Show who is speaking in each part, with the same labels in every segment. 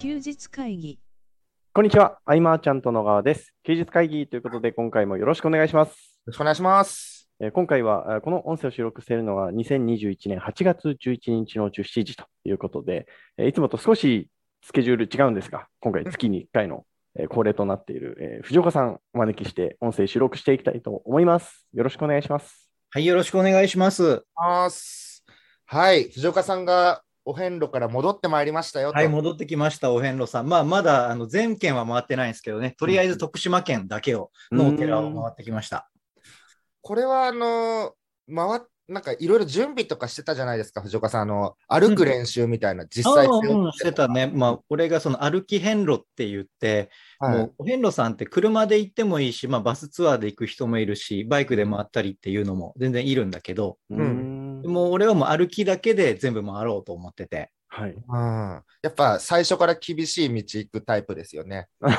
Speaker 1: 休日会議
Speaker 2: こんにちは。アイマーちゃんと野川です。休日会議ということで、今回もよろしくお願いします。
Speaker 3: よろしくお願いします。
Speaker 2: えー今回は、えーこの音声を収録しているのは、2021年8月11日の17時ということで、えーいつもと少しスケジュール違うんですが、今回月に1回の、えー恒例となっている、えー藤岡さんをお招きして、音声収録していきたいと思います。よろしくお願いします。
Speaker 4: はい、よろしくお願いします。
Speaker 3: ますはい、藤岡さんがお遍路から戻ってまいりましたよと。
Speaker 4: はい、戻ってきました、お遍路さん。まあ、まだあの全県は回ってないんですけどね、とりあえず徳島県だけを、のお寺を回ってきました。
Speaker 3: これはあのー回っなんかいろいろ準備とかしてたじゃないですか、藤岡さん。あの歩く練習みたいな、実際
Speaker 4: ああうんしてたね。まあ、俺がその歩き遍路って言って、
Speaker 3: はい
Speaker 4: もうお遍路さんって車で行ってもいいし、まあ、バスツアーで行く人もいるし、バイクで回ったりっていうのも全然いるんだけど、
Speaker 2: う
Speaker 3: うん
Speaker 2: ん。
Speaker 4: もう俺はもう歩きだけで全部回ろうと思ってて。
Speaker 2: はい。
Speaker 3: うんやっぱ最初から厳しい道行くタイプですよね。マ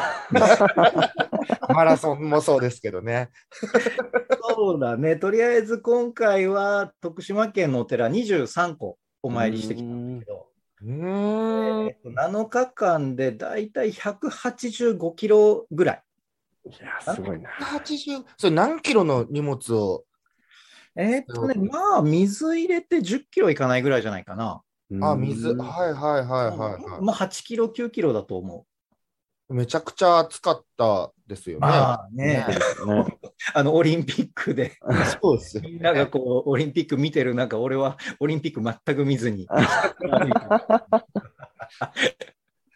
Speaker 3: ラソンもそうですけどね。
Speaker 4: そうだね。とりあえず今回は徳島県のお寺23個
Speaker 2: お
Speaker 4: お参りしてきたんだけど、
Speaker 3: うーん
Speaker 4: えっと7日間でだいたい185キロぐらい。
Speaker 2: いや、すごいな。
Speaker 3: 80、それ何キロの荷物を、
Speaker 4: えっとね、まあ水入れて10キロいかないぐらいじゃないかな。
Speaker 3: あ、水、
Speaker 2: うん
Speaker 3: はいはいはいはい、はい。
Speaker 4: まあ8キロ、9キロだと思
Speaker 3: めちゃくちゃ暑かったですよ
Speaker 4: う。
Speaker 3: ね。
Speaker 4: まあね
Speaker 3: ね、
Speaker 2: ね
Speaker 4: あのオリンピックで、
Speaker 3: そうですよ
Speaker 4: みんながこう、オリンピック見てる中、俺はオリンピック全く見 ずに。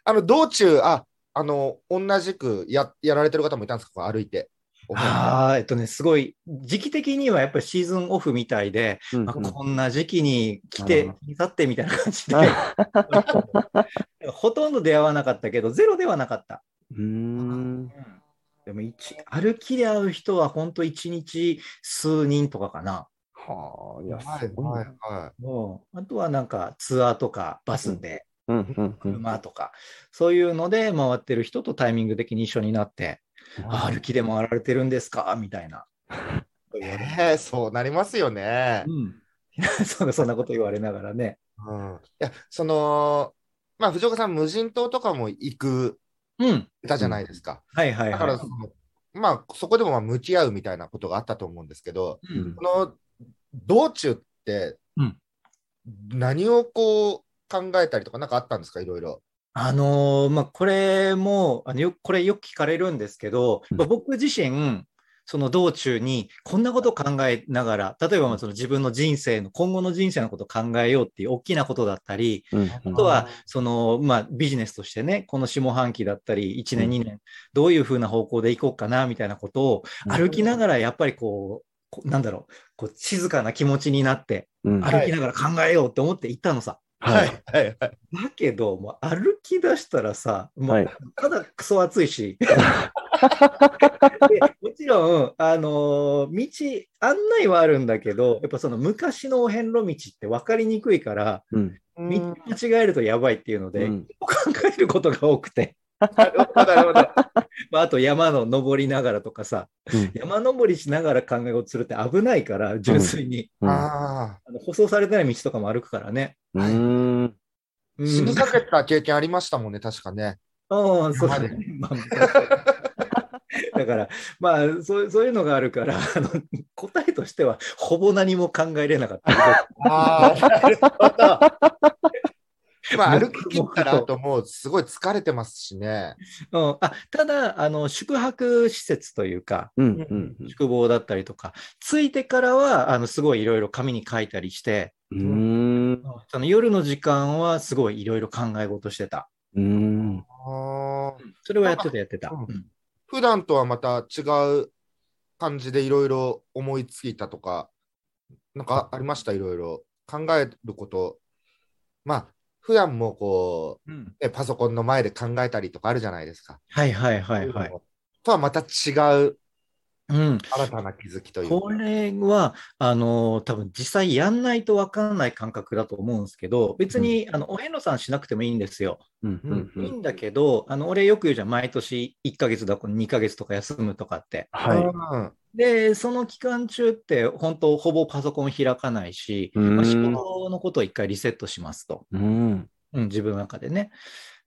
Speaker 3: あの道中、ああの同じくややられてる方もいたんですか、こう歩いて。お風呂
Speaker 4: ああ、えっとね、すごい、時期的にはやっぱりシーズンオフみたいで、
Speaker 2: うん
Speaker 4: まあ、こんな時期に来て
Speaker 2: うん、
Speaker 4: 去ってみたいな感じで、 ほとんど出会わなかったけど、ゼロではなかった。
Speaker 2: うん。
Speaker 4: でも一、歩きで会う人は、本当1日数人とかかな。
Speaker 2: はあ、いや、
Speaker 3: は
Speaker 2: す
Speaker 3: い
Speaker 2: ごい
Speaker 3: はい
Speaker 2: な。
Speaker 3: は
Speaker 4: あとはなんかツアーとかバスで
Speaker 2: うんうんうん
Speaker 4: 車とか、そういうので回ってる人とタイミング的に一緒になって、あ歩きで回られてるんですかみたいな。
Speaker 3: い。ねえそうなりますよね。
Speaker 4: うん、 そんなそんなこと言われながらね。
Speaker 3: うんいや、その、まあ、藤岡さん、無人島とかも行く
Speaker 4: うん。
Speaker 3: たじゃないですか。
Speaker 4: はいはい
Speaker 3: だか
Speaker 4: は
Speaker 3: ら
Speaker 4: い
Speaker 3: そ。の、まあ、そこでもまあ向き合うみたいなことがあったと思うんですけど、
Speaker 4: うん
Speaker 3: この道中って
Speaker 4: うん、
Speaker 3: 何をこう考えたりとか、なんかあったんですか、いろいろ。
Speaker 4: あのーまあ、これもあのよ、これよく聞かれるんですけど、
Speaker 2: うん
Speaker 4: まあ僕自身、その道中にこんなことを考えながら、例えばまあその自分の人生の、今後の人生のことを考えようっていう大きなことだったり、
Speaker 2: うん
Speaker 4: あと
Speaker 3: あー
Speaker 4: はその、まあ、ビジネスとしてね、この下半期だったり、1
Speaker 2: う
Speaker 4: 年、
Speaker 2: ん
Speaker 4: 2年、どういうふうな方向でいこうかなみたいなことを
Speaker 2: うん
Speaker 4: 歩きながら、やっぱりこう、こうなんだろう、こう静かな気持ちになって、
Speaker 2: うん
Speaker 3: あれ
Speaker 4: 歩きながら考えようって思って行ったのさ。
Speaker 2: はい。
Speaker 3: はいはい
Speaker 4: だけど、もう歩き出したらさ、もう
Speaker 2: はい。
Speaker 4: ただクソ暑いし。でもちろん、あのー道案内はあるんだけど、やっぱその昔のお遍路道って分かりにくいから、
Speaker 2: うん。
Speaker 4: 道間違えるとやばいっていうので、
Speaker 2: うん
Speaker 4: 考えることが多くて、
Speaker 3: なるほど、なるほど。
Speaker 4: まあ、あと山の登りながらとかさ、
Speaker 2: うん
Speaker 4: 山登りしながら考えをするって危ないから、純粋に、
Speaker 3: あ
Speaker 4: あの舗装されてない道とかも歩くからね。
Speaker 2: うん。
Speaker 4: う
Speaker 3: あ、
Speaker 4: ん
Speaker 3: 死にかけた経験ありましたもんね、確かね。
Speaker 4: うん、そうだね。 まあだから、まあそう、そういうのがあるから あの、答えとしては、ほぼ何も考えれな かった。
Speaker 3: ああ、なるほ ど。まあ、歩き切ったら、
Speaker 4: もう
Speaker 3: あともう、すごい疲れてますしね。
Speaker 4: うん、あただあの、宿泊施設というか、
Speaker 2: うん。うん。
Speaker 4: 宿坊だったりとか、着いてからは、あのすごいいろいろ紙に書いたりして、
Speaker 2: うん。
Speaker 4: その夜の時間はすごいいろいろ考え事してた。
Speaker 2: うん。
Speaker 3: ああ
Speaker 4: それはやってた、やってた。
Speaker 3: うん
Speaker 4: うん
Speaker 3: 普段とはまた違う感じでいろいろ思いついたとか、なんかありました、いろいろ。考えること。まあ、普段もこ
Speaker 4: うん
Speaker 3: う、ねパソコンの前で考えたりとかあるじゃないですか。
Speaker 4: はいはいはいはい。。
Speaker 3: とはまた違う
Speaker 4: うん、
Speaker 3: 新たな気づきというか。
Speaker 4: これは、あの多分実際やんないと分かんない感覚だと思うんですけど、別に、あのお遍路さんしなくてもいいんですよ。
Speaker 2: うん。う
Speaker 4: いい
Speaker 2: ん。
Speaker 4: んだけど、あの俺よく言うじゃん、毎年1ヶ月だ、2ヶ月とか休むとかって。
Speaker 2: は
Speaker 3: うん
Speaker 4: で、その期間中って、本当、ほぼパソコン開かないし、
Speaker 2: い。うん
Speaker 4: まあ、仕事のことを1回リセットしますと、
Speaker 2: うん。
Speaker 4: うん、自分の中でね。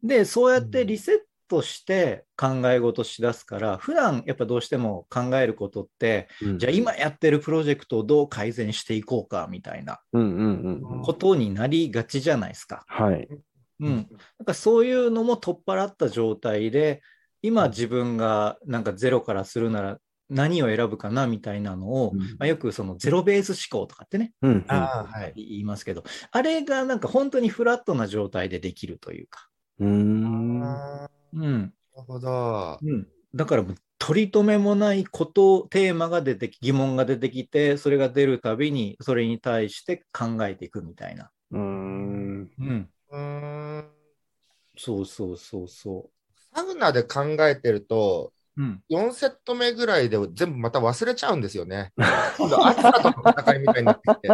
Speaker 4: で、そうやってリセットして考え事しだすから、普段やっぱどうしても考えることって、
Speaker 2: うん
Speaker 4: じゃあ今やってるプロジェクトをどう改善していこうかみたいな
Speaker 2: うんうんうんうん。
Speaker 4: ことになりがちじゃないですか。
Speaker 2: はい。
Speaker 4: うん、なんかそういうのも取っ払った状態で今自分がなんかゼロからするなら何を選ぶかなみたいなのを、まあ、よくそのゼロベース思考とかってね、
Speaker 2: うんうん
Speaker 3: ああ、はい。
Speaker 4: 言いますけどあれがなんか本当にフラットな状態でできるというか、
Speaker 2: うーん。
Speaker 3: あ
Speaker 4: うん
Speaker 3: ーなるほど。
Speaker 4: うん、だからもう取り留めもないことテーマが出てき疑問が出てきてそれが出るたびにそれに対して考えていくみたいな、
Speaker 2: うーん。
Speaker 4: うん、
Speaker 3: うーん。
Speaker 4: そうそうそうそ
Speaker 3: サウナで考えてると、
Speaker 4: う。うん
Speaker 3: 4セット目ぐらいで全部また忘れちゃうんですよね。今度暑さとの戦いみたいになって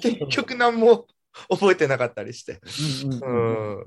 Speaker 3: きて、結局何も覚えてなかったりして。
Speaker 4: うん
Speaker 3: う
Speaker 4: うん
Speaker 3: ん。い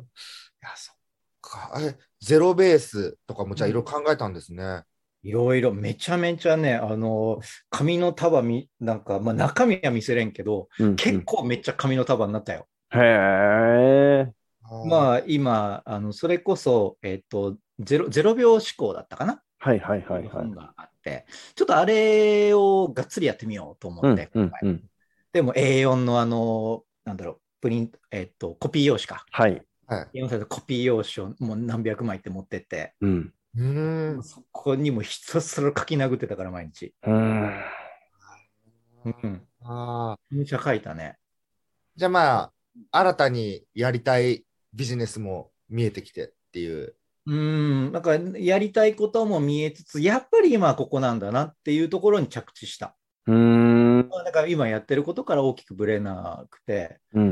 Speaker 3: や、そっか。あれ、ゼロベースとかもじゃあいろいろ考えたんですね。
Speaker 4: いろいろめちゃめちゃね、あの、紙の束み、なんか、まあ、中身は見せれんけど、
Speaker 2: うんうん
Speaker 4: 結構めっちゃ紙の束になったよ。
Speaker 2: へえ。
Speaker 3: あ
Speaker 4: まあ今、あのそれこそ、えっと、ゼロゼロ秒思考だったかな、
Speaker 2: はいはいはいはい
Speaker 4: 本。があって、ちょっとあれをがっつりやってみようと思
Speaker 2: う
Speaker 4: って
Speaker 2: ん、うん
Speaker 4: 今回
Speaker 2: うん。
Speaker 4: でも A4 のあの、なんだろう、プリント、えっと、コピー用紙か。
Speaker 2: はい。
Speaker 4: A4 サイズコピー用紙をもう何百枚って持ってって、
Speaker 2: うん。
Speaker 3: ー。うーん。
Speaker 4: そこにもひたすら書き殴ってたから、毎日。
Speaker 2: うーん。
Speaker 4: うん。
Speaker 3: あー
Speaker 4: めちゃ書いたね。
Speaker 3: じゃあまあ、新たにやりたいビジネスも見えてきてっていう。
Speaker 4: うーん、なんかやりたいことも見えつつ、やっぱり今はここなんだなっていうところに着地した。
Speaker 2: うーん。
Speaker 4: だから今やってることから大きくぶれなくて、
Speaker 2: うん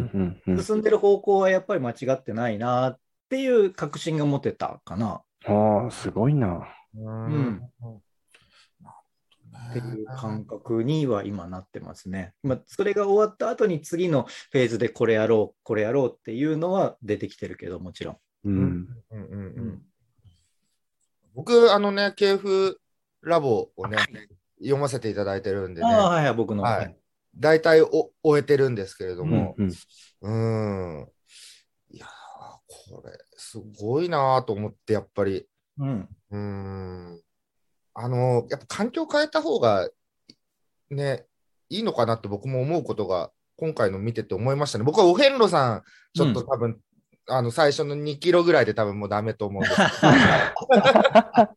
Speaker 2: うんうん。
Speaker 4: 進んでる方向はやっぱり間違ってないなっていう確信が持てたかな
Speaker 2: ああ、すごいな。
Speaker 3: う
Speaker 4: うん
Speaker 3: っ
Speaker 4: っていう感覚には今なってますね。まあ、それが終わった後に次のフェーズでこれやろう、これやろうっていうのは出てきてるけど、もちろん。
Speaker 2: う
Speaker 3: うんん。うんうん
Speaker 4: う
Speaker 3: うん
Speaker 4: ん、
Speaker 3: 僕、あのね、系譜ラボをね
Speaker 4: は、
Speaker 3: 読ませていただいてるんでね、
Speaker 4: ああ、はいはい、僕の。
Speaker 3: はい大体お終えてるんですけれど
Speaker 2: うん
Speaker 3: も、
Speaker 2: うん
Speaker 3: うん、いやー、これ、すごいなーと思って、やっぱり、
Speaker 4: うん、
Speaker 3: うん、あの、やっぱ環境変えた方が、ね、いいのかなって僕も思うことが、今回の見てて思いましたね。僕はお遍路さん、ちょっと多分、あの、最初の2キロぐらいで多分もうダメと思うん です けど。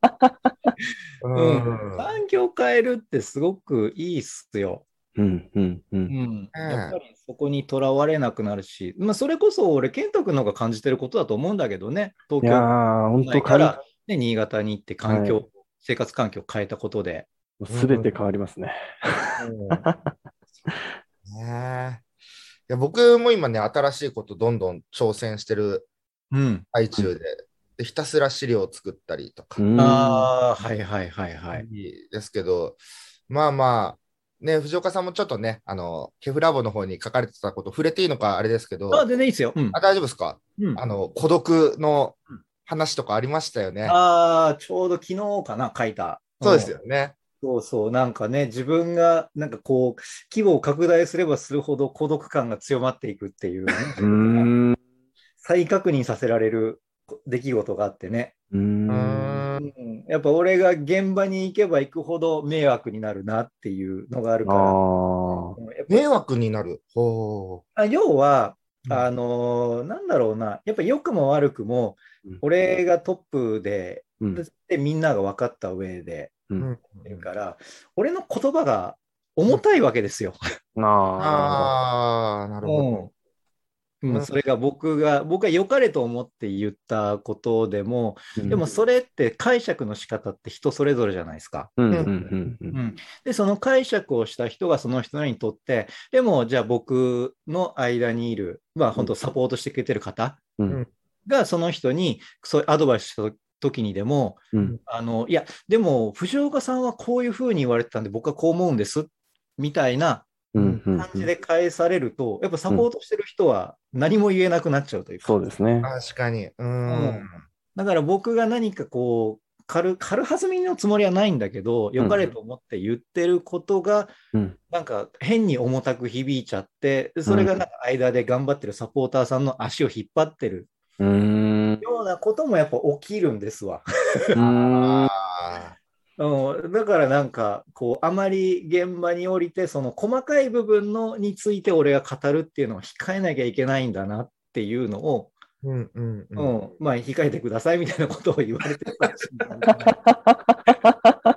Speaker 4: うん環境変えるってすごくいいっすよ。
Speaker 2: うんうんう
Speaker 4: うんん、
Speaker 3: ええ
Speaker 4: やっぱりそこにとらわれなくなるし、まあ、それこそ俺、健太君の方が感じてることだと思うんだけどね、
Speaker 2: い
Speaker 4: 東
Speaker 2: や
Speaker 4: 京
Speaker 2: ー、本
Speaker 4: 都
Speaker 2: 当
Speaker 4: か、
Speaker 2: から
Speaker 4: ね、新潟に行って環境、
Speaker 2: は
Speaker 4: 生活環境を変えたことで。
Speaker 2: すべて変わりますね。
Speaker 3: うんねえいや僕も今ね、新しいことどんどん挑戦してる
Speaker 4: うん、
Speaker 3: 最中で、でひたすら資料を作ったりとか、
Speaker 2: うん
Speaker 4: ああ、はいはいはいはい。
Speaker 3: ですけど、まあまあ、ね、藤岡さんもちょっとね、あの、ケフラボの方に書かれてたこと触れていいのかあれですけど、
Speaker 4: ああ、全然いいっすよ。うん
Speaker 3: あ大丈夫ですか
Speaker 4: うん、
Speaker 3: あ
Speaker 4: あ
Speaker 3: の、孤独の話とかありましたよね。
Speaker 4: あー、ちょうど昨日かな、書いた。
Speaker 3: そうです
Speaker 4: よ
Speaker 3: よね。
Speaker 4: そうそう、なんかね、自分が、なんかこう、規模を拡大すればするほど孤独感が強まっていくっていうね、
Speaker 2: うーん。う
Speaker 4: 再確認させられる出来事があってね、
Speaker 2: ー。
Speaker 3: うんん。
Speaker 4: うんやっぱ俺が現場に行けば行くほど迷惑になるなっていうのがある
Speaker 2: あ
Speaker 4: から
Speaker 2: あ。
Speaker 4: うんやっぱ
Speaker 3: 迷惑になる。ほ
Speaker 4: あ、要は、
Speaker 3: うん
Speaker 4: あのーなんだろうな、やっぱ良くも悪くも
Speaker 2: うん、
Speaker 4: 俺がトップで、
Speaker 2: うん
Speaker 4: でみんなが分かった上で
Speaker 2: う。
Speaker 3: う。うんん
Speaker 4: いるから、俺の言葉が重たいわけですよ。
Speaker 2: ああ。
Speaker 3: ああ、なるほど。
Speaker 4: うん、
Speaker 3: う
Speaker 4: うんん、それが僕が僕が良かれと思って言ったことでも、でもそれって解釈の仕方って人それぞれじゃないですか。
Speaker 2: うん、うんうんうん
Speaker 4: うん、でその解釈をした人がその人にとってでもじゃあ僕の間にいるまあ本当サポートしてくれてる方
Speaker 2: うん
Speaker 4: がその人にそういうアドバイスした時にでも
Speaker 2: うん。
Speaker 4: あのいやでも藤岡さんはこういうふうに言われてたんで僕はこう思うんですみたいな
Speaker 2: うんうん
Speaker 4: 感じで返されると、やっぱサポートしてる人は何も言えなくなっちゃうというか、
Speaker 2: そうですね。
Speaker 3: 確かに。うん。
Speaker 4: だから僕が何かこう軽軽はずみのつもりはないんだけど良かれと思って言ってることが、
Speaker 2: うん
Speaker 4: なんか変に重たく響いちゃってそれがなんか間で頑張ってるサポーターさんの足を引っ張ってる
Speaker 2: うーん。
Speaker 4: ようなこともやっぱ起きるんですわ。
Speaker 2: うーん
Speaker 3: あ
Speaker 4: うん、だからなんかこうあまり現場に降りてその細かい部分のについて俺が語るっていうのを控えなきゃいけないんだなっていうのを、
Speaker 3: ーうんうん
Speaker 4: う
Speaker 3: うん
Speaker 4: んまあ控えてくださいみたいなことを言われてるかもしれない、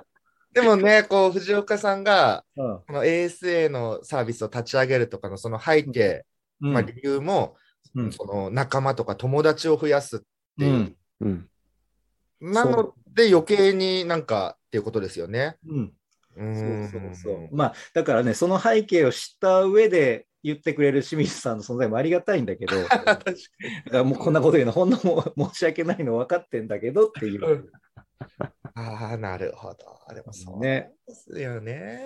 Speaker 3: でもね、こう、藤岡さんが、
Speaker 4: うん
Speaker 3: この ASA のサービスを立ち上げるとかのその背景、
Speaker 4: うん
Speaker 3: まあ、理由も、
Speaker 4: うん
Speaker 3: その仲間とか友達を増やすっていう。
Speaker 4: うん
Speaker 2: うん。
Speaker 3: なので余計になんかっていうことですよね。
Speaker 4: うん
Speaker 3: う
Speaker 4: そ
Speaker 3: ん
Speaker 4: うそうそうまあだからねその背景を知った上で言ってくれる清水さんの存在もありがたいんだけど だ
Speaker 3: 確かに
Speaker 4: からもうこんなこと言うのほんのもう申し訳ないの分かってんだけどっていううん
Speaker 3: ああ、なるほど。でもそうで
Speaker 4: ね
Speaker 3: すよね。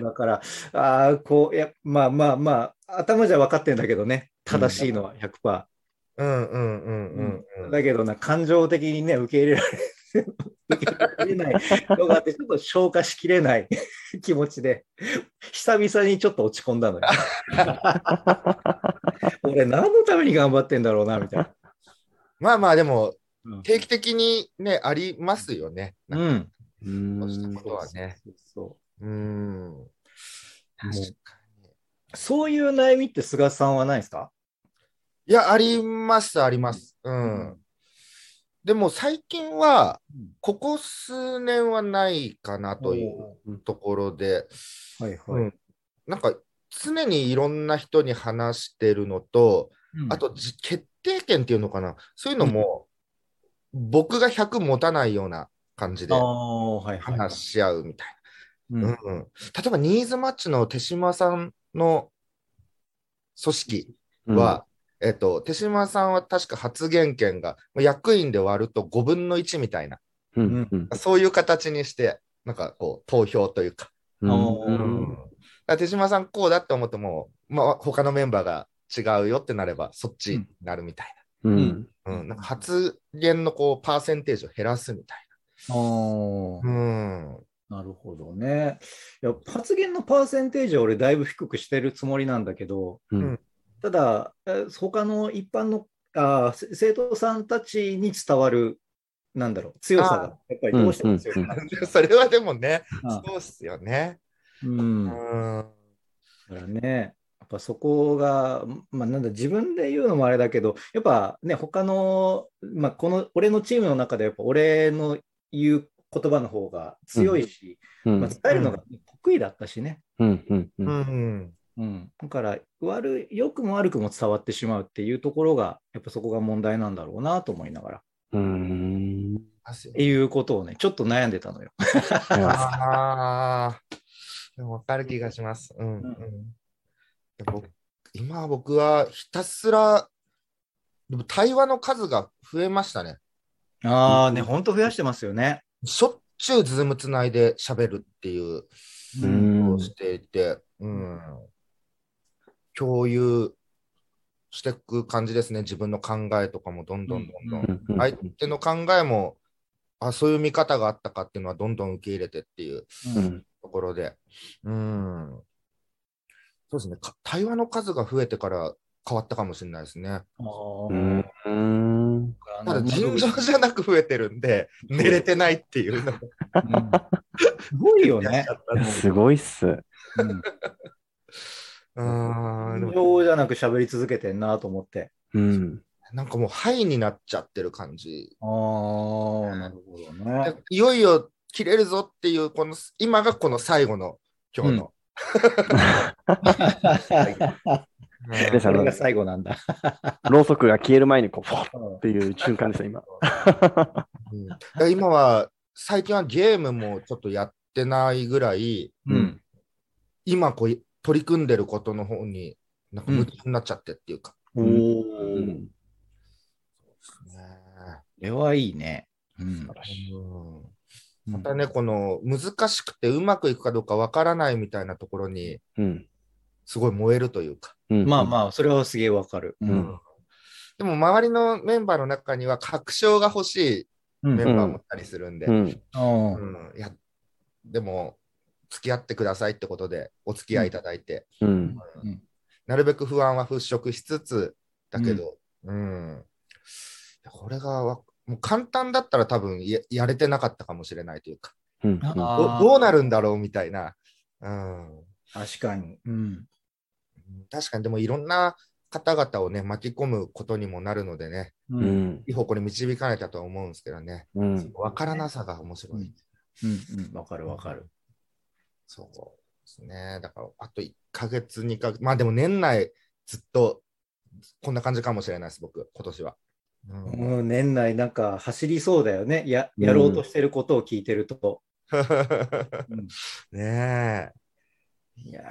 Speaker 4: うんだから、ああ、こう、いや、まあまあまあ、頭じゃ分かってんだけどね、正しいのは100%。
Speaker 3: うんうんうんうんうん。
Speaker 4: だけどな、感情的にね、受け入れられ受け入れられないのがあって、ちょっと消化しきれない気持ちで、久々にちょっと落ち込んだのよ。俺、何のために頑張ってんだろうな、みたいな。
Speaker 3: まあまあ、でも
Speaker 4: うん
Speaker 3: 定期的にね、ありますよね。なんか
Speaker 4: うん。
Speaker 2: うー
Speaker 3: そうした
Speaker 2: ん
Speaker 3: ことはね。
Speaker 4: そうそう
Speaker 3: うん。確かに。
Speaker 4: そういう悩みって菅さんはないですか
Speaker 3: いや、あります、あります。う。。
Speaker 4: うん
Speaker 3: でも最近は
Speaker 4: うん、
Speaker 3: ここ数年はないかなというところで、
Speaker 4: はいはい。
Speaker 3: うんなんか常にいろんな人に話してるのと、
Speaker 4: うん
Speaker 3: あ、とじ決定権っていうのかな、そういうのも、僕が100持たないような感じで
Speaker 4: ああ、はいはい。
Speaker 3: 話し合うみたい
Speaker 4: うん
Speaker 3: な。うんうん例えば、ニーズマッチの手島さんの組織は、えっと、手島さんは確か発言権がまあ役員で割ると5分の1みたいな、
Speaker 2: うん、うん、うん
Speaker 3: そういう形にして、なんかこう、投票というか。
Speaker 2: うん
Speaker 4: う
Speaker 3: うんん、だから手島さんこうだって思っても、まあ、他のメンバーが違うよってなればそっちになるみたい
Speaker 2: うん
Speaker 4: うん
Speaker 3: な,、うん
Speaker 4: うん
Speaker 3: なんか発言のこうパーセンテージを減らすみたい
Speaker 4: あー
Speaker 3: な、うん、
Speaker 4: なるほどね。いや発言のパーセンテージは俺だいぶ低くしてるつもりなんだけど、
Speaker 2: うん
Speaker 4: ただ、え他の一般のあーせ生徒さんたちに伝わる、なんだろう、強さがやっぱりどうしても強くなる。
Speaker 3: それはでもね
Speaker 4: あ
Speaker 3: そうっすよね、
Speaker 4: う
Speaker 3: う
Speaker 4: ん、だか
Speaker 3: ん
Speaker 4: らね、やっぱそこが、まあ、なんだ、自分で言うのもあれだけど、やっぱね、他の、まあ、この俺のチームの中で、やっぱ俺の言う言葉の方が強いし、
Speaker 2: うん
Speaker 4: まあ、伝えるのが得意だったしね。
Speaker 2: うんうんう
Speaker 3: うんん
Speaker 4: うん、だから悪い、良くも悪くも伝わってしまうっていうところが、やっぱそこが問題なんだろうなと思いながら、っ
Speaker 2: うん
Speaker 3: 確か
Speaker 4: て
Speaker 3: に
Speaker 4: いうことをね、ちょっと悩んでたのよ。
Speaker 2: いや
Speaker 3: あー でも分かる気がします、うんうん、で僕今僕はひたすらでも対話の数が増えましたね
Speaker 4: ああね、ほんと増やしてますよね。
Speaker 3: しょっちゅうズームつないで喋るっていう
Speaker 2: う
Speaker 4: うん
Speaker 2: ん
Speaker 3: のをしていて、うん共有していく感じですね、自分の考えとかもどんどんどんどん。
Speaker 4: うん
Speaker 2: うん
Speaker 3: 相手の考えもあ、そういう見方があったかっていうのはどんどん受け入れてっていう
Speaker 2: うん
Speaker 3: ところで、うん、そうですね、か対話の数が増えてから変わったかもしれないですね。
Speaker 4: あー
Speaker 2: うんうん
Speaker 3: ただ尋常じゃなく増えてるんで、寝れてないっていうのが
Speaker 4: うんすごいよね。
Speaker 2: すごいっす。
Speaker 4: うん
Speaker 3: うんで
Speaker 4: 尋
Speaker 3: も
Speaker 4: 常じゃなく喋り続けてんなと思って。
Speaker 2: うん。
Speaker 3: なんかもう、はいになっちゃってる感じ。
Speaker 4: ああ、なるほどね。
Speaker 3: いよいよ切れるぞっていう、この、今がこの最後の、今日の。うん
Speaker 2: で
Speaker 4: これが最後なんだ。
Speaker 2: ろうそくが消える前にこう、フォッ
Speaker 4: うん
Speaker 2: っていう瞬間ですよ、今。
Speaker 3: うんだから今は、最近はゲームもちょっとやってないぐらい、
Speaker 4: うん。
Speaker 3: 今こう、取り組んでることの方に、なんか夢中になっちゃってっていうか。
Speaker 4: お
Speaker 2: う
Speaker 4: お、
Speaker 2: ん
Speaker 3: ね
Speaker 4: これはいいね。うん。
Speaker 3: うんまたね、この難しくてうまくいくかどうかわからないみたいなところに、
Speaker 2: うん。
Speaker 3: すごい燃えるというか。
Speaker 2: うん
Speaker 4: まあまあ、それはすげえわかる。
Speaker 2: うん
Speaker 3: でも周りのメンバーの中には確証が欲し
Speaker 4: う
Speaker 3: い
Speaker 4: ん
Speaker 3: メンバーもいたりするんで、
Speaker 2: うん。
Speaker 4: うん
Speaker 3: うんいやでも付き合ってくださいってことでお付き合いいただいて、
Speaker 2: うん。
Speaker 4: うん
Speaker 3: なるべく不安は払拭しつつだけど、うんこれがわもう簡単だったら多分ややれてなかったかもしれないというか、
Speaker 2: うんうん
Speaker 4: あ
Speaker 3: ど
Speaker 4: ー
Speaker 3: どうなるんだろうみたいな。うん
Speaker 4: 確かに。うん。
Speaker 3: 確かにでもいろんな方々をね巻き込むことにもなるのでね
Speaker 4: う。
Speaker 2: うんん
Speaker 3: いい方向に導かれたとは思うんですけどね、
Speaker 2: うん
Speaker 3: 分からなさが面白い、
Speaker 4: うんうん。うんわかるわかる。
Speaker 3: そうですねだからあと1ヶ月2ヶ月まあでも年内ずっとこんな感じかもしれないです僕今年は、うん
Speaker 4: もう年内なんか走りそうだよね。や、やろうとしてることを聞いてると。 うん
Speaker 3: ねえ
Speaker 4: いや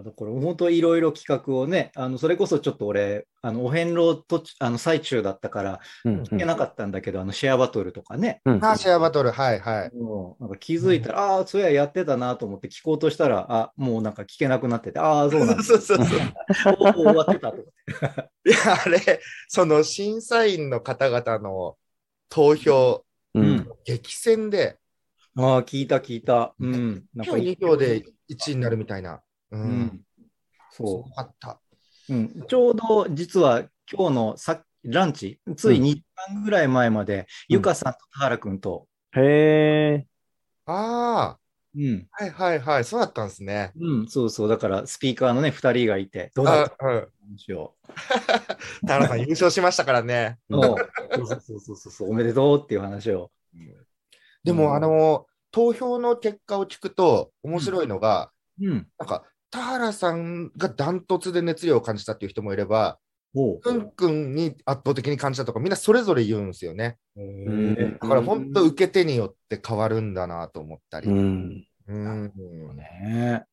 Speaker 4: ー、だから本当いろいろ企画をね、あの、それこそちょっと俺、あの、お遍路途中、あの、最中だったから、
Speaker 2: うん
Speaker 4: 聞けなかったんだけど、あの、シェアバトルとかね。
Speaker 2: うん
Speaker 3: あシェアバトルはいはい
Speaker 4: もうなんか気づいたら、ああ、そういややってたなと思って聞こうとしたら、あもうなんか聞けなくなってて、ああ、そう なんだ。
Speaker 3: そうそうそう
Speaker 4: おお終わってたと思って。
Speaker 3: いやあれその審査員の方々の投票、
Speaker 2: うん
Speaker 3: 激戦で
Speaker 4: ああ、聞いた聞いた。うん。な
Speaker 3: 今
Speaker 4: んか
Speaker 3: 日2票で1位になるみたいな。う。
Speaker 4: うんん。
Speaker 3: すご
Speaker 4: そ
Speaker 3: かった。
Speaker 4: う。うん、ちょうど実は今日のさランチ、つい2時間ぐらい前まで、
Speaker 2: うん
Speaker 4: ゆかさんと田原君と、
Speaker 2: へえ。
Speaker 3: あ
Speaker 4: うん、
Speaker 3: あ、はいはいはい、そうだったんですね。
Speaker 4: うん、そうそう、だからスピーカーのね、2人がいて、どうだっ
Speaker 3: あ
Speaker 4: た
Speaker 3: うん。
Speaker 4: 話を。
Speaker 3: 田原さん優勝しましたからね。
Speaker 4: そうそうそうそうそう、おめでとうっていう話を。
Speaker 3: でも、
Speaker 4: うん
Speaker 3: あの、投票の結果を聞くと面白いのが、
Speaker 4: うん。
Speaker 3: なんか、田原さんがダントツで熱量を感じたっていう人もいれば、
Speaker 4: おう
Speaker 3: くんくんに圧倒的に感じたとか、みんなそれぞれ言うんですよね。
Speaker 2: ん
Speaker 3: だから本当受け手によって変わるんだなと思ったり。
Speaker 2: う。ん。
Speaker 3: うん。
Speaker 4: ね。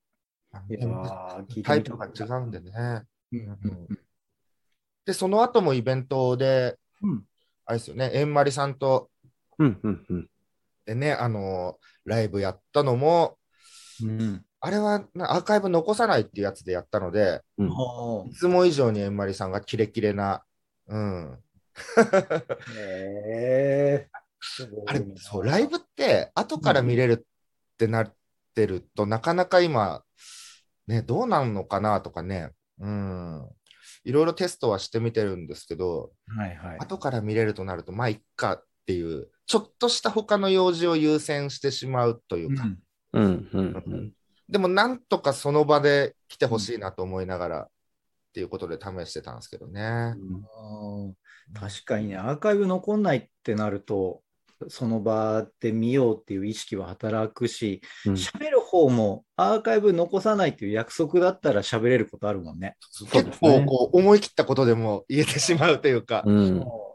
Speaker 4: いやー聞い
Speaker 3: タイ
Speaker 4: て
Speaker 3: プ
Speaker 4: み
Speaker 3: が
Speaker 4: たかった
Speaker 3: 違うんでね。
Speaker 4: うん
Speaker 3: で、その後もイベントで、
Speaker 4: うん
Speaker 3: あれですよね、えんまりさんと
Speaker 2: うんうんうん。
Speaker 3: でね、あのーライブやったのも、
Speaker 4: うん。
Speaker 3: あれはなアーカイブ残さないっていうやつでやったので、
Speaker 2: うん
Speaker 4: お
Speaker 3: いつも以上にえんまりさんがキレキレな、うん。
Speaker 4: へえ。すごいな
Speaker 3: あれ、そう、ライブって、後から見れるってなってると、なかなか今、ね、どうなんのかなとかね、うん。いろいろテストはしてみてるんですけど、
Speaker 4: はいはい。
Speaker 3: 後から見れるとなると、まあ、いっかっていう、ちょっとした他の用事を優先してしまうというか、
Speaker 2: うんうんうん。
Speaker 3: でもなんとかその場で来てほしいなと思いながら、っていうことで試してたんですけどね。
Speaker 4: うん確かにね、アーカイブ残んないってなると、その場で見ようっていう意識は働くし、
Speaker 2: うん
Speaker 4: 喋る方もアーカイブ残さないっていう約束だったら喋れることあるもんね。
Speaker 2: そうで
Speaker 3: 結
Speaker 2: すね
Speaker 3: 構こう思い切ったことでも言えてしまうというか、
Speaker 2: うん
Speaker 3: うん。
Speaker 4: ど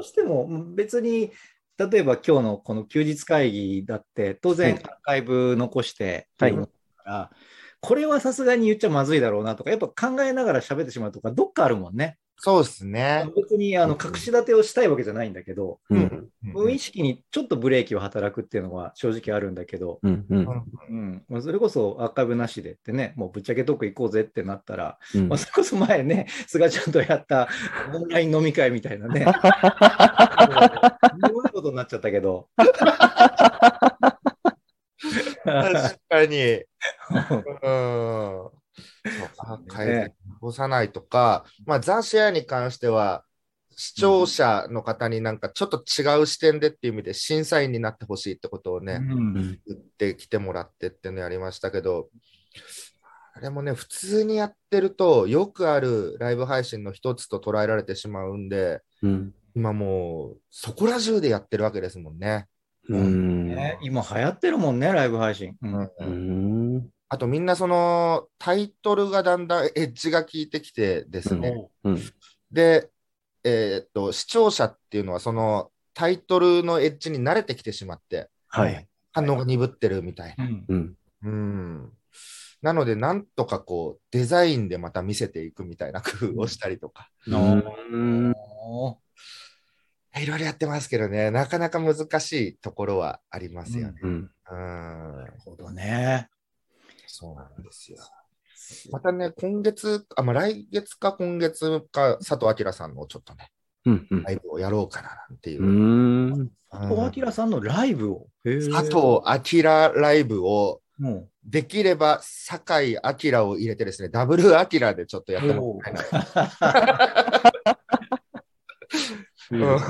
Speaker 4: うしても別に例えば今日のこの休日会議だって当然
Speaker 2: は
Speaker 4: ア
Speaker 2: い
Speaker 4: ーカイブ残してっていうものだから、これはさすがに言っちゃまずいだろうなとかやっぱ考えながら喋ってしまうとかどっかあるもんね
Speaker 3: そうですね。
Speaker 4: 別にあの
Speaker 2: うん
Speaker 4: 隠し立てをしたいわけじゃないんだけど、
Speaker 2: うん
Speaker 4: 無意識にちょっとブレーキを働くっていうのは正直あるんだけど、
Speaker 2: うんうんうん
Speaker 4: うんまあそれこそアーカイブなしでってねもうぶっちゃけトーク行こうぜってなったら、
Speaker 2: うん
Speaker 4: まあ、それこそ前ね菅ちゃんとやったオンライン飲み会みたいな ねすごいことになっちゃったけど。
Speaker 3: 確かに。
Speaker 4: う
Speaker 3: うんそうか、変えて残さないとか、まあ、ザ・シェアに関しては、視聴者の方になんかちょっと違う視点でっていう意味で審査員になってほしいってことをね、
Speaker 4: ん
Speaker 3: 言ってきてもらってっていうのやりましたけど、あれもね、普通にやってると、よくあるライブ配信の一つと捉えられてしまうんで、
Speaker 2: うん
Speaker 3: 今もう、そこら中でやってるわけですもんね。
Speaker 2: うん
Speaker 4: ね今流行ってるもんね、ライブ配信。うん
Speaker 2: うん
Speaker 3: あとみんなそのタイトルがだんだんエッジが効いてきてですね、
Speaker 2: うん
Speaker 3: で、えーっと、視聴者っていうのは、そのタイトルのエッジに慣れてきてしまって、
Speaker 2: はい。
Speaker 3: 反応が鈍ってるみたいな。
Speaker 2: うん
Speaker 3: うん。なので、なんとかこう、デザインでまた見せていくみたいな工夫をしたりとか、
Speaker 2: うん
Speaker 4: お
Speaker 3: いろいろやってますけどね、なかなか難しいところはありますよね。
Speaker 2: うん
Speaker 3: うん。
Speaker 4: なるほどね。
Speaker 3: そうなんですよ。またね、今月、あ、まあ、来月か今月か、佐藤明さんのちょっとね、
Speaker 2: うんうん
Speaker 3: ライブをやろうかななんていう。
Speaker 2: うん
Speaker 4: 小明さんのライブを。
Speaker 3: 佐藤明ライブを
Speaker 4: も
Speaker 3: できれば酒井明を入れてですね、ダブル明でちょっとやってもらいたいな。
Speaker 2: うん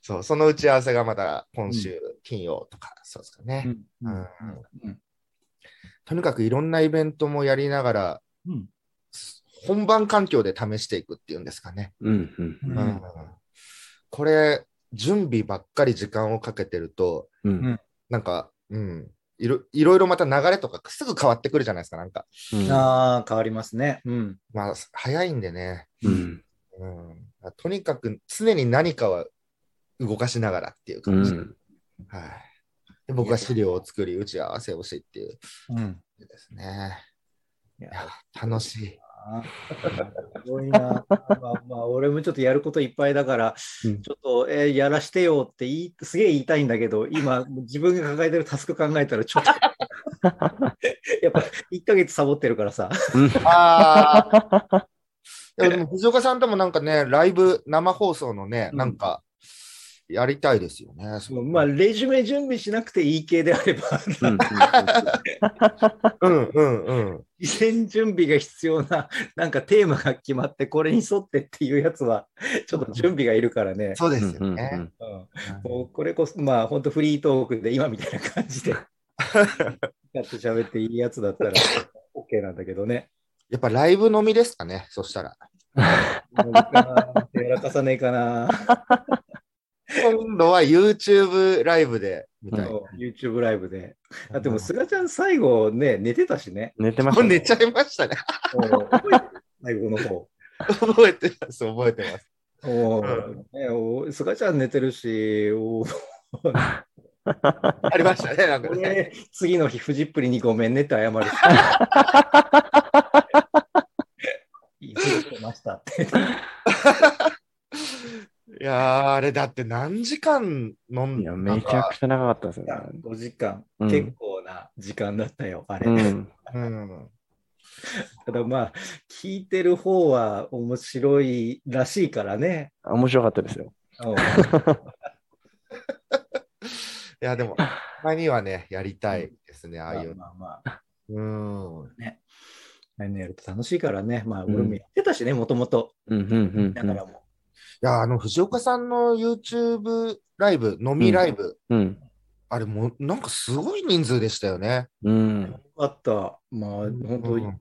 Speaker 3: そう、その打ち合わせがまた今週金曜とか、そうですかね。
Speaker 4: うん
Speaker 3: うん
Speaker 4: うん
Speaker 3: とにかくいろんなイベントもやりながら、
Speaker 4: うん
Speaker 3: 本番環境で試していくっていうんですかね。
Speaker 2: うんうん
Speaker 4: うん
Speaker 3: うんこれ、準備ばっかり時間をかけてると、
Speaker 2: うんん
Speaker 3: なんか、うん、いろいろいろまた流れとかすぐ変わってくるじゃないですか、なんか。
Speaker 4: ああ、変わりますね。うん。
Speaker 3: まあ、早いんでね。
Speaker 2: うん
Speaker 3: うん、とにかく常に何かは動かしながらっていう
Speaker 2: う
Speaker 3: 感じ。
Speaker 2: ん
Speaker 3: はいで僕は資料を作り、打ち合わせをしっていう
Speaker 4: うん。
Speaker 3: ですね。
Speaker 4: いや
Speaker 3: いや楽しい。
Speaker 4: すごいな。まあまあ、俺もちょっとやることいっぱいだから、
Speaker 2: うん
Speaker 4: ちょっと、えーやらしてよって言い、すげえ言いたいんだけど、今、自分が抱えてるタスク考えたら、ちょっとやっぱ、1ヶ月サボってるからさ。
Speaker 3: ああ。でも、藤岡さんともなんかね、ライブ、生放送のね、
Speaker 4: うん
Speaker 3: なんか、やりたいですよね。そう
Speaker 4: まあ、レジュメ準備しなくていい系であれば、
Speaker 2: うん
Speaker 3: うんうんうん。
Speaker 4: 事前準備が必要な、なんかテーマが決まって、これに沿ってっていうやつは、ちょっと準備がいるからね。
Speaker 3: そうです
Speaker 2: う
Speaker 3: よ
Speaker 2: んうんう
Speaker 3: ね。
Speaker 2: ん
Speaker 4: うんもうこれこそ、まあ、本当フリートークで今みたいな感じ で、やって喋っていいやつだったら OK なんだけどね。
Speaker 3: やっぱライブのみですかね、そしたら。
Speaker 4: もういいかなやらかさねえかな。
Speaker 3: 今度は YouTube ライブで、みたいな。
Speaker 4: そう YouTube ライブで。だってもう、菅ちゃん最後ね、寝てたしね。
Speaker 2: 寝てまし
Speaker 3: も
Speaker 2: た
Speaker 3: う
Speaker 2: ね
Speaker 3: 寝ちゃいましたね。
Speaker 4: もう覚えてる最後の方。
Speaker 3: 覚えてます、覚えてます。
Speaker 4: おね、お菅ちゃん寝てるし、お
Speaker 3: ありましたね、なんかね。
Speaker 4: 俺、次の日、フジップリにごめんねって謝 る。いいことしましたって。
Speaker 3: いやー、あれだって何時間飲ん
Speaker 2: い
Speaker 3: だ
Speaker 2: やめちゃくちゃ長かったですね。
Speaker 4: 5時間、
Speaker 2: うん
Speaker 4: 結構な時間だったよ、あれ。
Speaker 2: うん
Speaker 3: うん。
Speaker 4: ただまあ、聞いてる方は面白いらしいからね。
Speaker 2: 面白かったですよ。
Speaker 4: うん
Speaker 3: いや、でも、前にはね、やりたいですね、ああいう。
Speaker 4: まあまあ、
Speaker 3: うん。
Speaker 4: 来年やると楽しいからね。まあ、俺もやってたしね、もともと。
Speaker 2: うんうん
Speaker 4: だからも
Speaker 3: いや、あの、藤岡さんの YouTube ライブ、飲みライブ、
Speaker 2: うん
Speaker 3: あれも、なんかすごい人数でしたよね。
Speaker 2: うん
Speaker 4: う、よかった。まあ、本当
Speaker 3: う
Speaker 4: に
Speaker 3: ん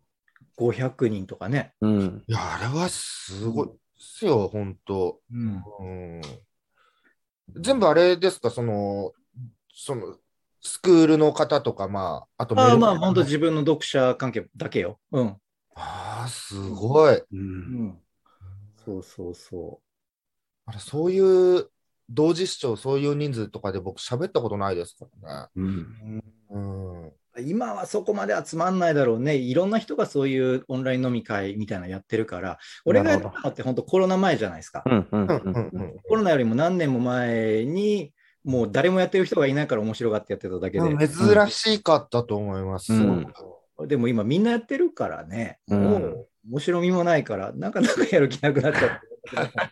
Speaker 4: 500人とかね。
Speaker 2: うん
Speaker 3: いや、あれはすごいっすよ、本当
Speaker 4: うん。
Speaker 3: うん。全部あれですか、その、その、スクールの方とか、まあ、あとメ
Speaker 4: まあ
Speaker 3: ル
Speaker 4: まあ、本当自分の読者関係だけよ。うん。
Speaker 3: ああ、すごい。
Speaker 2: うん
Speaker 4: そうそうそ
Speaker 3: あれ、そういう、同時視聴、そういう人数とかで僕喋ったことないですからね。
Speaker 2: うん
Speaker 4: う。
Speaker 3: うん。
Speaker 4: 今はそこまで集まんないだろうね。いろんな人がそういうオンライン飲み会みたいなのやってるから、俺がやったのって本当コロナ前じゃないですか。
Speaker 2: うんうん
Speaker 3: う
Speaker 2: うん
Speaker 3: うんんうん
Speaker 4: コロナよりも何年も前に、もう誰もやってる人がいないから面白がってやってただけで。
Speaker 3: 珍しかったと思います。
Speaker 2: うん
Speaker 4: でも今みんなやってるからね、
Speaker 2: うん
Speaker 4: もう面白みもないから、なかなかやる気なくなっち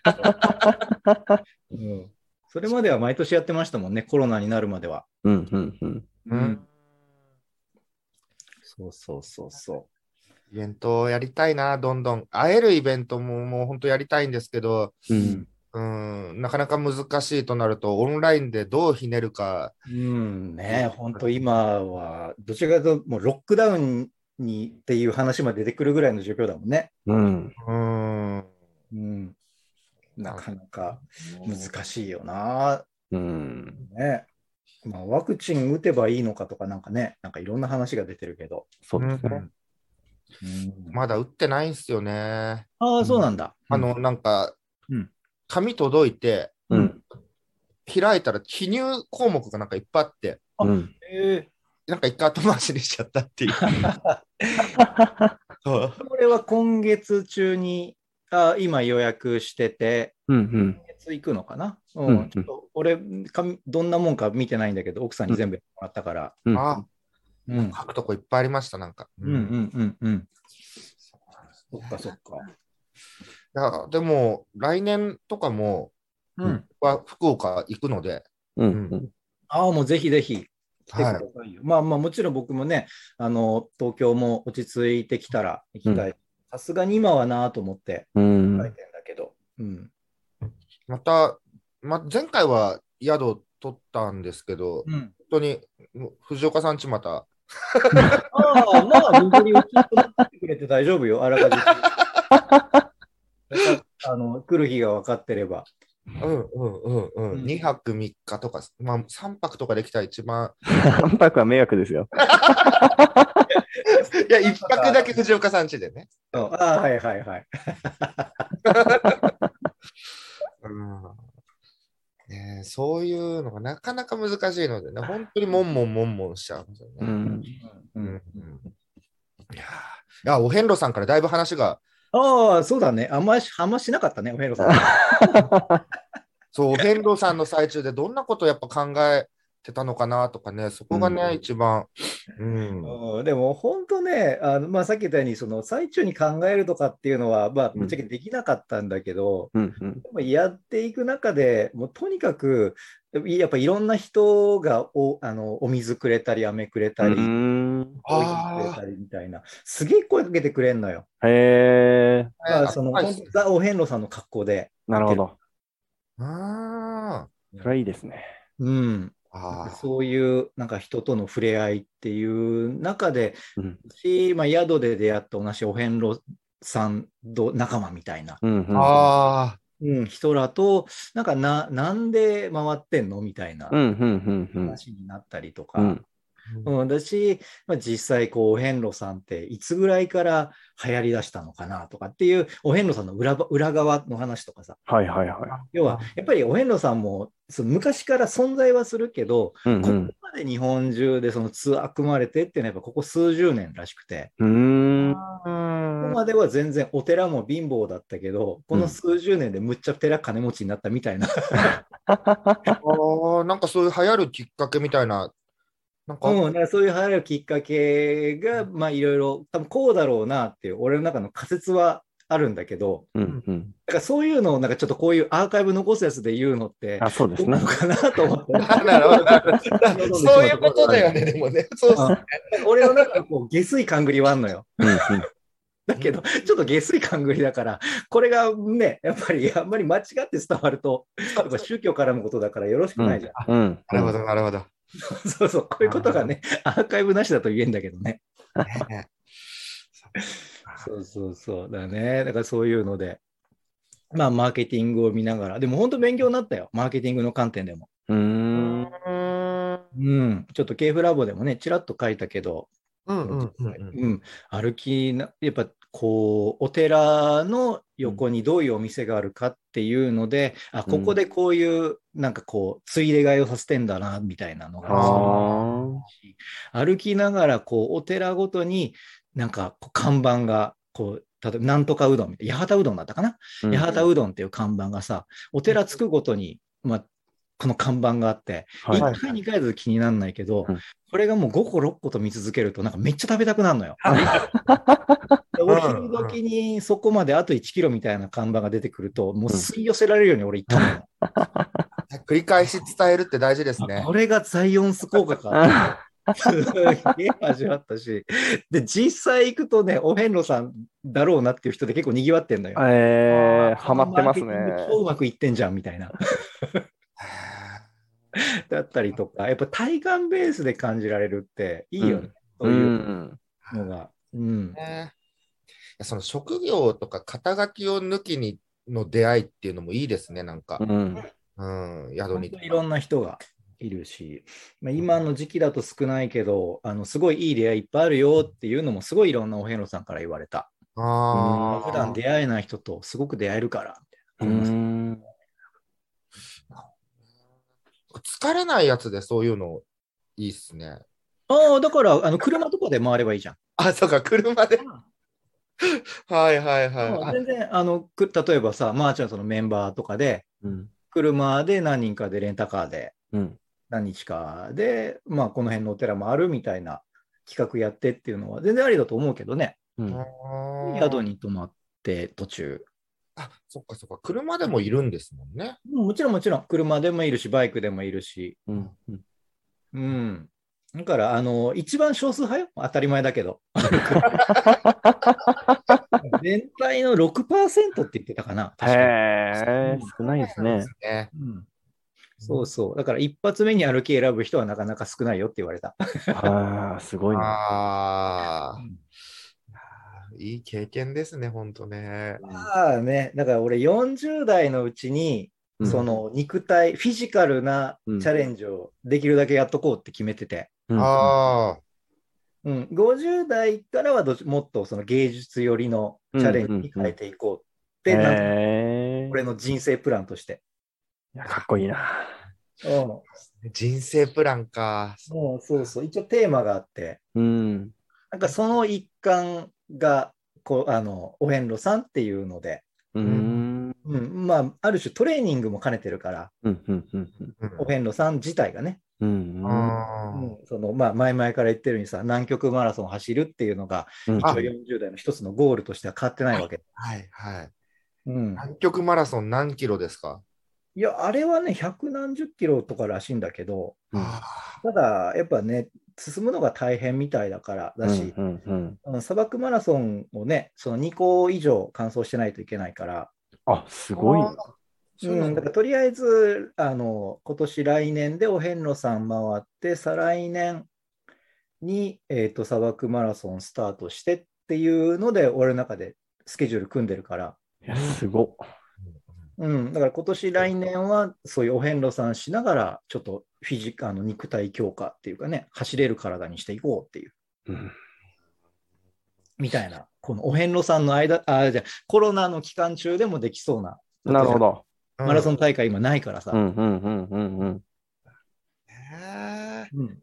Speaker 4: ゃ って。うんそれまでは毎年やってましたもんね、コロナになるまでは。
Speaker 2: うんうんうん
Speaker 3: うん
Speaker 4: そうそうそうそ
Speaker 3: イベントをやりたいな、どんどん。会えるイベントももう本当やりたいんですけど、
Speaker 2: う
Speaker 4: う。
Speaker 2: ん
Speaker 3: うん、なかなか難しいとなると、オンラインでどうひねるか、
Speaker 4: うん、ね、本当今は、どちらかというと、もうロックダウンにっていう話まで出てくるぐらいの状況だもんね。
Speaker 2: うん
Speaker 3: うん、
Speaker 4: うん、なかなか難しいよな。
Speaker 2: うん
Speaker 4: ねまあ、ワクチン打てばいいのかとか、なんかね、なんかいろんな話が出てるけど。
Speaker 2: そうですね。
Speaker 4: うん
Speaker 3: まだ打ってないんすよね。
Speaker 4: ああ、そうなんだ。
Speaker 3: あの、なんか
Speaker 4: うん、
Speaker 3: 紙届いて、
Speaker 2: うん
Speaker 3: 開いたら記入項目がなんかいっぱいあって、
Speaker 2: うん
Speaker 4: え
Speaker 3: なんか一回後回しにしちゃったっていう。そう
Speaker 4: ーこれは今月中に、あ今予約してて、
Speaker 2: うん
Speaker 4: 今月行くのかな、うん
Speaker 2: うんうん
Speaker 4: ちょっと俺か、どんなもんか見てないんだけど、奥さんに全部やってもらったから。
Speaker 2: うん
Speaker 3: あ、
Speaker 4: うん
Speaker 3: 書くとこいっぱいありました、なんか。
Speaker 4: うんうんうんうん。そっかそっか。
Speaker 3: いやでも、来年とかも、
Speaker 4: うん。
Speaker 3: は福岡行くので、
Speaker 2: うんうん
Speaker 4: ああ、もうぜひぜひ来てくださ
Speaker 3: はい
Speaker 4: よ。まあまあ、もちろん僕もね、あの、東京も落ち着いてきたら行きたい。さすがに今はなあと思って
Speaker 2: うん
Speaker 4: 書いてんだけど。うん。
Speaker 3: また、ま、前回は宿取ったんですけど、
Speaker 4: うん。
Speaker 3: 本当にもう藤岡さんちまた、
Speaker 4: ああ、まあ、緑りをきっと待ってくれて大丈夫よ、あらかじ め。あの来る日が分かってれば。
Speaker 3: うんうんうんうん、
Speaker 4: うん
Speaker 3: 2泊3日とか、まあ、3泊とかできたら一番、
Speaker 2: 3泊は迷惑ですよ。
Speaker 3: いや、1泊だけ藤岡さんちでね。
Speaker 4: ああ、はいはいはい。
Speaker 3: うんねえ、そういうのがなかなか難しいのでね、本当にもんもんもんもんしちゃうんですよ
Speaker 2: う
Speaker 3: ね。
Speaker 2: ん、
Speaker 3: うんうんいやーいやお遍路さんからだいぶ話が、
Speaker 4: ああ、そうだね。あんまし、あんましなかったね、お遍路さん。
Speaker 3: そう、お遍路さんの最中でどんなことをやっぱ考えてたのかなとかね、そこがね、
Speaker 2: うん
Speaker 3: 一番。うん。
Speaker 4: うんでも本当ね、あのまあ、さっき言ったように、その最中に考えるとかっていうのは、まあ、
Speaker 2: うん
Speaker 4: ぶっちゃけできなかったんだけど、
Speaker 2: うん、うん。
Speaker 4: でもやっていく中でもうとにかく、やっぱいろんな人がおあのお水くれたり、飴くれたり、
Speaker 2: うーん
Speaker 4: コーヒーくれたりみたいな、すげえ声かけてくれんのよ。
Speaker 2: へえ、
Speaker 4: まあ、その、
Speaker 3: はい
Speaker 4: 本当ザ・お遍路さんの格好で。
Speaker 2: なるほど。
Speaker 3: あ
Speaker 2: それはいいですね。
Speaker 4: うん、
Speaker 3: ーあー。
Speaker 4: そういうなんか人との触れ合いっていう中で、
Speaker 2: うん、
Speaker 4: し、まあ、宿で出会った同じお遍路さんと仲間みたいな、
Speaker 2: うん、うん。
Speaker 3: あ
Speaker 4: うん、人らと、なんかな、なんで回ってんのみたいな
Speaker 2: うん、うん、うん、
Speaker 4: 話になったりと
Speaker 2: う
Speaker 4: か。
Speaker 2: ん。
Speaker 3: ー
Speaker 4: うん、だし、まあ、実際こうお遍路さんっていつぐらいから流行りだしたのかなとかっていうお遍路さんの裏ば裏側の話とかさ
Speaker 2: はい、はい、は
Speaker 4: 要はやっぱりお遍路さんもその昔から存在はするけど、
Speaker 2: い。うん、う
Speaker 4: ここまで日本中でそのツアー組まれてっていうのはやっぱここ数十年らしくて、
Speaker 2: ん。うーん。
Speaker 3: うん
Speaker 4: ここまでは全然お寺も貧乏だったけどこの数十年でむっちゃ寺金持ちになったみたいな、
Speaker 3: ああ、なんかそういう流行るきっかけみたいな、なんか、
Speaker 4: うんだからそういう流行るきっかけがまあいろいろ多分こうだろうなっていう俺の中の仮説はあるんだけど
Speaker 2: うん、うん。
Speaker 4: だからそういうのをなんかちょっとこういうアーカイブ残すやつで言うのって
Speaker 2: あ、そうで
Speaker 4: ど
Speaker 2: す
Speaker 4: うな
Speaker 2: ね
Speaker 4: の。かなと思っ て。
Speaker 3: なるほどなるほど。 そういうことだよね、でもね。そうそう
Speaker 4: うん俺の中にこう下水勘繰りはあんのよ。
Speaker 2: うん、うん。
Speaker 4: だけど、ちょっと下水勘繰りだから、これがね、やっぱりあんまり間違って伝わると、やっぱ宗教からのことだからよろしく ないじゃん。
Speaker 2: うん。
Speaker 3: なるほど、なるほど。
Speaker 4: そうそう、こういうことがね、アーカイブなしだと言えんだけどね。
Speaker 3: ね
Speaker 4: そうそうそう、だね。だからそういうので、まあ、マーケティングを見ながら、でも本当勉強になったよ、マーケティングの観点でも。
Speaker 2: うーん。
Speaker 4: うん、ちょっと KF ラボでもね、ちらっと書いたけど、
Speaker 3: うんうん うんうん
Speaker 4: うん、歩きな、やっぱこう、お寺の横にどういうお店があるかっていうので、あ、ここでこういう、なんかこう、ついで買いをさせてんだな、みたいなの
Speaker 2: あ
Speaker 4: が、
Speaker 2: ー
Speaker 4: 歩きながら、こう、お寺ごとに、なんかこう看板が、こう、例えば、なんとかうどんみたいな、八幡うどんだったかな、
Speaker 2: うん
Speaker 4: 八幡うどんっていう看板がさ、お寺つくごとに、まあ、この看板があって、
Speaker 2: はい
Speaker 4: 1回、2回ずつ気にならないけど、
Speaker 2: うん
Speaker 4: これがもう5個、6個と見続けると、なんかめっちゃ食べたくなるのよ。でお昼時にそこまであと1キロみたいな看板が出てくると、もう吸い寄せられるように俺言ったのよ。
Speaker 3: 繰り返し伝えるって大事ですね
Speaker 4: こ。れがザイオンス効果か。すげえ味わったし。で、実際行くとね、お遍路さんだろうなっていう人で結構賑わってんのよ。
Speaker 2: えー、ハマってますね
Speaker 4: マ。ーケティング超うまくいってんじゃんみたいな。だったりとか、やっぱ体感ベースで感じられるっていいよね。
Speaker 2: う。
Speaker 4: そういうんのが。うん。
Speaker 3: ねいやその職業とか肩書きを抜きにの出会いっていうのもいいですね、なんか
Speaker 2: う。ん。
Speaker 3: うん、宿
Speaker 4: 本
Speaker 3: に
Speaker 4: 当。いろんな人がいるし、まあ、今の時期だと少ないけど、あのすごいいい出会いいっぱいあるよっていうのも、すごいいろんなお遍路さんから言われた。
Speaker 3: ああ。
Speaker 4: 普段出会えない人とすごく出会えるから
Speaker 2: う
Speaker 4: みたいな。
Speaker 2: ん。
Speaker 3: 疲れないやつでそういうのいいっすね。
Speaker 4: ああ、だからあの車とかで回ればいいじゃん。
Speaker 3: あ、そうか、車で。はいはい
Speaker 4: まあ
Speaker 3: はい。
Speaker 4: 全然あのく例えばさ、まー、ちゃんそのメンバーとかで、
Speaker 2: うん。
Speaker 4: 車で何人かでレンタカーで
Speaker 2: うん。
Speaker 4: 何日かで、まあ、この辺のお寺もあるみたいな企画やってっていうのは全然ありだと思うけどね。
Speaker 2: うん。
Speaker 3: あ
Speaker 4: 宿に泊まって途中。
Speaker 3: あ、そっかそっか、車でもいるんですもんね。
Speaker 4: もうもちろんもちろん車でもいるしバイクでもいるし、
Speaker 2: うん。うん
Speaker 4: うん、だからあの一番少数派よ当たり前だけど 全体の6%って言ってたかな。確かに
Speaker 2: へえ、少ないですね。
Speaker 3: ね。
Speaker 4: うんそうそう。だから一発目に歩き選ぶ人はなかなか少ないよって言われた。
Speaker 2: ああ、すごいな。
Speaker 3: ああ、いい経験ですね、本当ね。
Speaker 4: まあね、だから俺40代のうちに、
Speaker 2: うん
Speaker 4: そ、の肉体、フィジカルなチャレンジをできるだけやっとこうって決めてて、
Speaker 2: うん
Speaker 3: ああ、
Speaker 4: うん50代からはどっちもっとその芸術寄りのチャレンジに変えていこうって、なんか
Speaker 2: へえ
Speaker 4: 俺の人生プランとして。
Speaker 2: いやかっこいいな。
Speaker 4: うん
Speaker 3: 人生プランか。
Speaker 4: もうそうそう、一応テーマがあって、
Speaker 2: うん。
Speaker 4: なんかその一環がこうあのお遍路さんっていうので、
Speaker 2: うーん。
Speaker 4: うんまあ、ある種トレーニングも兼ねてるから、
Speaker 2: うんうんうん
Speaker 3: うん
Speaker 4: お遍路さん自体がね、
Speaker 2: うんうん
Speaker 3: あー
Speaker 4: うんそのまあ、前々から言ってるようにさ、南極マラソンを走るっていうのが、
Speaker 2: うん
Speaker 4: 一応40代の一つのゴールとしては変わってないわけ。
Speaker 3: はいはい。
Speaker 4: うん、
Speaker 3: 南極マラソン何キロですか
Speaker 4: いや、あれはね、百何十キロとからしいんだけど、
Speaker 2: うん
Speaker 3: あ
Speaker 4: ただ、やっぱね、進むのが大変みたいだからだし、
Speaker 2: うんうんうん
Speaker 4: うん砂漠マラソンをね、その2個以上完走してないといけないから、
Speaker 2: あ、すごいな。
Speaker 3: そうな
Speaker 4: うん
Speaker 3: だ
Speaker 4: ん、だからとりあえず、あの今年来年でお遍路さん回って、再来年に、えー、と砂漠マラソンスタートしてっていうので、俺の中でスケジュール組んでるから、
Speaker 2: いやすごっ。
Speaker 4: うん、だから今年来年はそういうお遍路さんしながら、ちょっとフィジカルの肉体強化っていうかね、走れる体にしていこうっていう、
Speaker 2: うん
Speaker 4: みたいな、このお遍路さんの間、あじゃあコロナの期間中でもできそうな、
Speaker 2: なるほど。
Speaker 4: マラソ
Speaker 3: ン。
Speaker 4: ン大会今ないからさ。
Speaker 2: うんうんうんうんうん。
Speaker 3: へ
Speaker 4: うん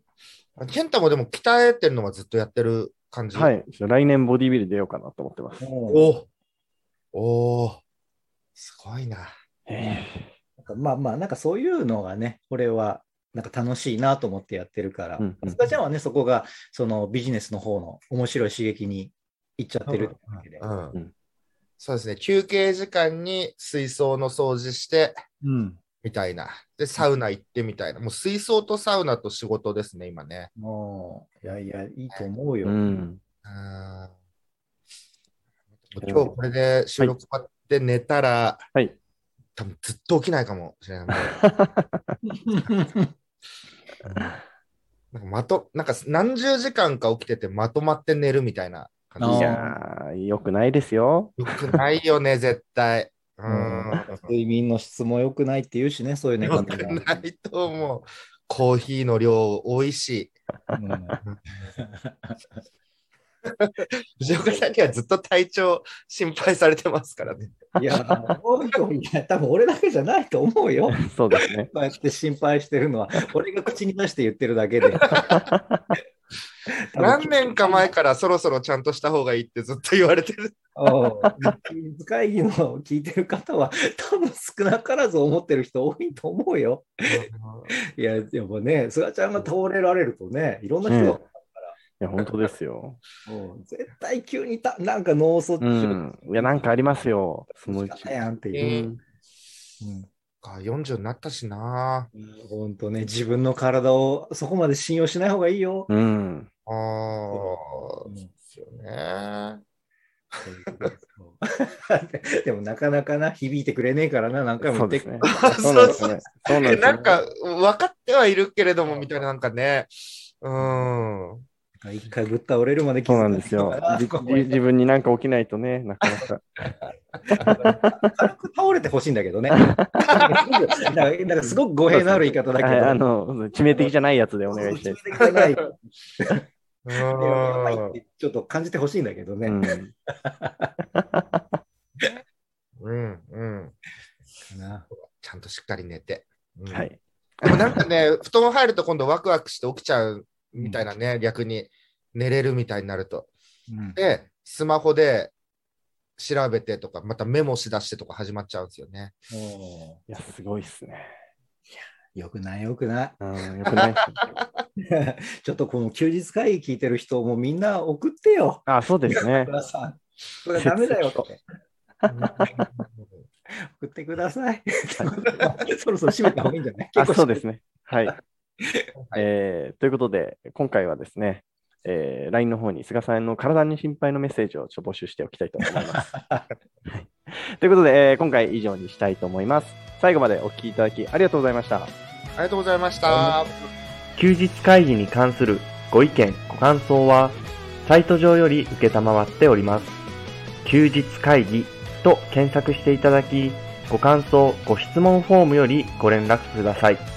Speaker 3: ー健太もでも鍛えてるのはずっとやってる感じ。
Speaker 2: はい。来年ボディビル出ようかなと思ってます。
Speaker 4: もう
Speaker 3: おおーすごいな。
Speaker 2: へ
Speaker 4: なんかまあまあ、なんかそういうのがね、俺はなんか楽しいなと思ってやってるから
Speaker 2: うんうん、
Speaker 4: スカちゃんはね、そこがそのビジネスの方の面白い刺激にいっちゃってるってわけで
Speaker 3: う。ん
Speaker 2: うん
Speaker 3: そうですね、休憩時間に水槽の掃除して
Speaker 4: うん
Speaker 3: みたいな、で、サウナ行ってみたいな、もう水槽とサウナと仕事ですね、今ね。
Speaker 4: もう、いやいや、いいと思う
Speaker 2: え
Speaker 4: よ。
Speaker 2: うん。
Speaker 3: うん今日これで収録終わって寝たら、
Speaker 2: はい
Speaker 3: 多分ずっと起きないかもしれない。もうなんかまとなんか何十時間か起きててまとまって寝るみたいな感じ
Speaker 2: い
Speaker 3: で
Speaker 2: やー、よくないですよ。
Speaker 3: よくないよね、絶対。うん。
Speaker 4: 睡眠の質も良くないっていうしね、そういう寝
Speaker 3: よ
Speaker 4: 方
Speaker 3: く
Speaker 4: が。
Speaker 3: ないと思う。コーヒーの量多いし、
Speaker 4: うん
Speaker 3: 藤岡さんにはずっと体調心配されてますからね。
Speaker 4: いや、多いよいや多分俺だけじゃないと思うよ。
Speaker 2: そうですね。
Speaker 4: こうやって心配してるのは、俺が口に出して言ってるだ けで。
Speaker 3: 何年か前からそろそろちゃんとした方がいいってずっと言われて る。
Speaker 4: おう会議のを聞いてる方は、多分少なからず思ってる人多いと思うよ。いや、でもね、菅ちゃんが倒れられるとね、いろんな人が、
Speaker 2: いや、本当ですよ。
Speaker 4: おう絶対急にたなんか脳卒
Speaker 2: う
Speaker 4: 中、
Speaker 2: ん。いや、なんかありますよ。そのう
Speaker 4: 仕
Speaker 2: ち
Speaker 4: 方。やんって
Speaker 2: う
Speaker 4: いう。
Speaker 2: ん
Speaker 4: うん
Speaker 3: か40になったしな。
Speaker 4: 本当ね、自分の体をそこまで信用しない方がいいよ。
Speaker 2: うん。
Speaker 3: ああ、そうですよね。
Speaker 4: でもなかなかな、響いてくれねえからな、何回も
Speaker 2: そ
Speaker 4: 言
Speaker 2: う
Speaker 4: って
Speaker 2: ですね。
Speaker 3: そ
Speaker 2: そうう
Speaker 3: な
Speaker 2: なんんで
Speaker 3: で
Speaker 2: すす
Speaker 3: ね
Speaker 2: ね。そうなんです
Speaker 3: なんか分かってはいるけれどもみたいななんかね。うん。
Speaker 4: 一回ぶっ倒れるまで気
Speaker 2: そう
Speaker 4: づか
Speaker 2: ないんですよ
Speaker 4: のかな。
Speaker 2: じじ自分になんか起きないとね、なかなか。
Speaker 4: 軽く倒れてほしいんだけどね。なんかなんかすごく語弊のある言い 方だけ
Speaker 2: はい
Speaker 4: ど。
Speaker 2: あの、致命的じゃないやつでお願いしたいです。
Speaker 4: そうそう冷たくない
Speaker 3: うん
Speaker 4: やばいってちょっと感じてほしいんだけどね。
Speaker 2: うん
Speaker 4: か
Speaker 3: うん。うん。
Speaker 4: な
Speaker 3: ちゃんとしっかり寝て。うん
Speaker 2: は。い。
Speaker 3: でもなんかね、 布団入ると今度ワクワクして起きちゃうみたいなね、逆に寝れるみたいになると。
Speaker 4: うん
Speaker 3: で、スマホで調べてとか、またメモしだしてとか始まっちゃうんですよね。
Speaker 4: も
Speaker 2: いや、すごいっすね。
Speaker 4: うよくないよくない。
Speaker 2: うん、よくないっすね。
Speaker 4: ちょっとこの休日会議聞いてる人もみんな送ってよ。
Speaker 2: あ、そうですね
Speaker 4: く。ださい。それダメだよって送ってください。そろそろ締めた方がいいんじゃない
Speaker 2: あ、そう
Speaker 4: で
Speaker 2: ですね。はい。えーということで、今回はですね、
Speaker 4: えー LINE の方に菅さんの体に心配のメッセージをちょっと募集しておきたいと思い ます。はいということで、えー今回以上にしたいと思います。最後までお聞きいただきありがとうございました。
Speaker 3: ありがとうございました。
Speaker 2: 休日会議に関するご意見、ご感想は、サイト上より受けたまわっております。休日会議と検索していただき、ご感想、ご質問フォームよりご連絡ください。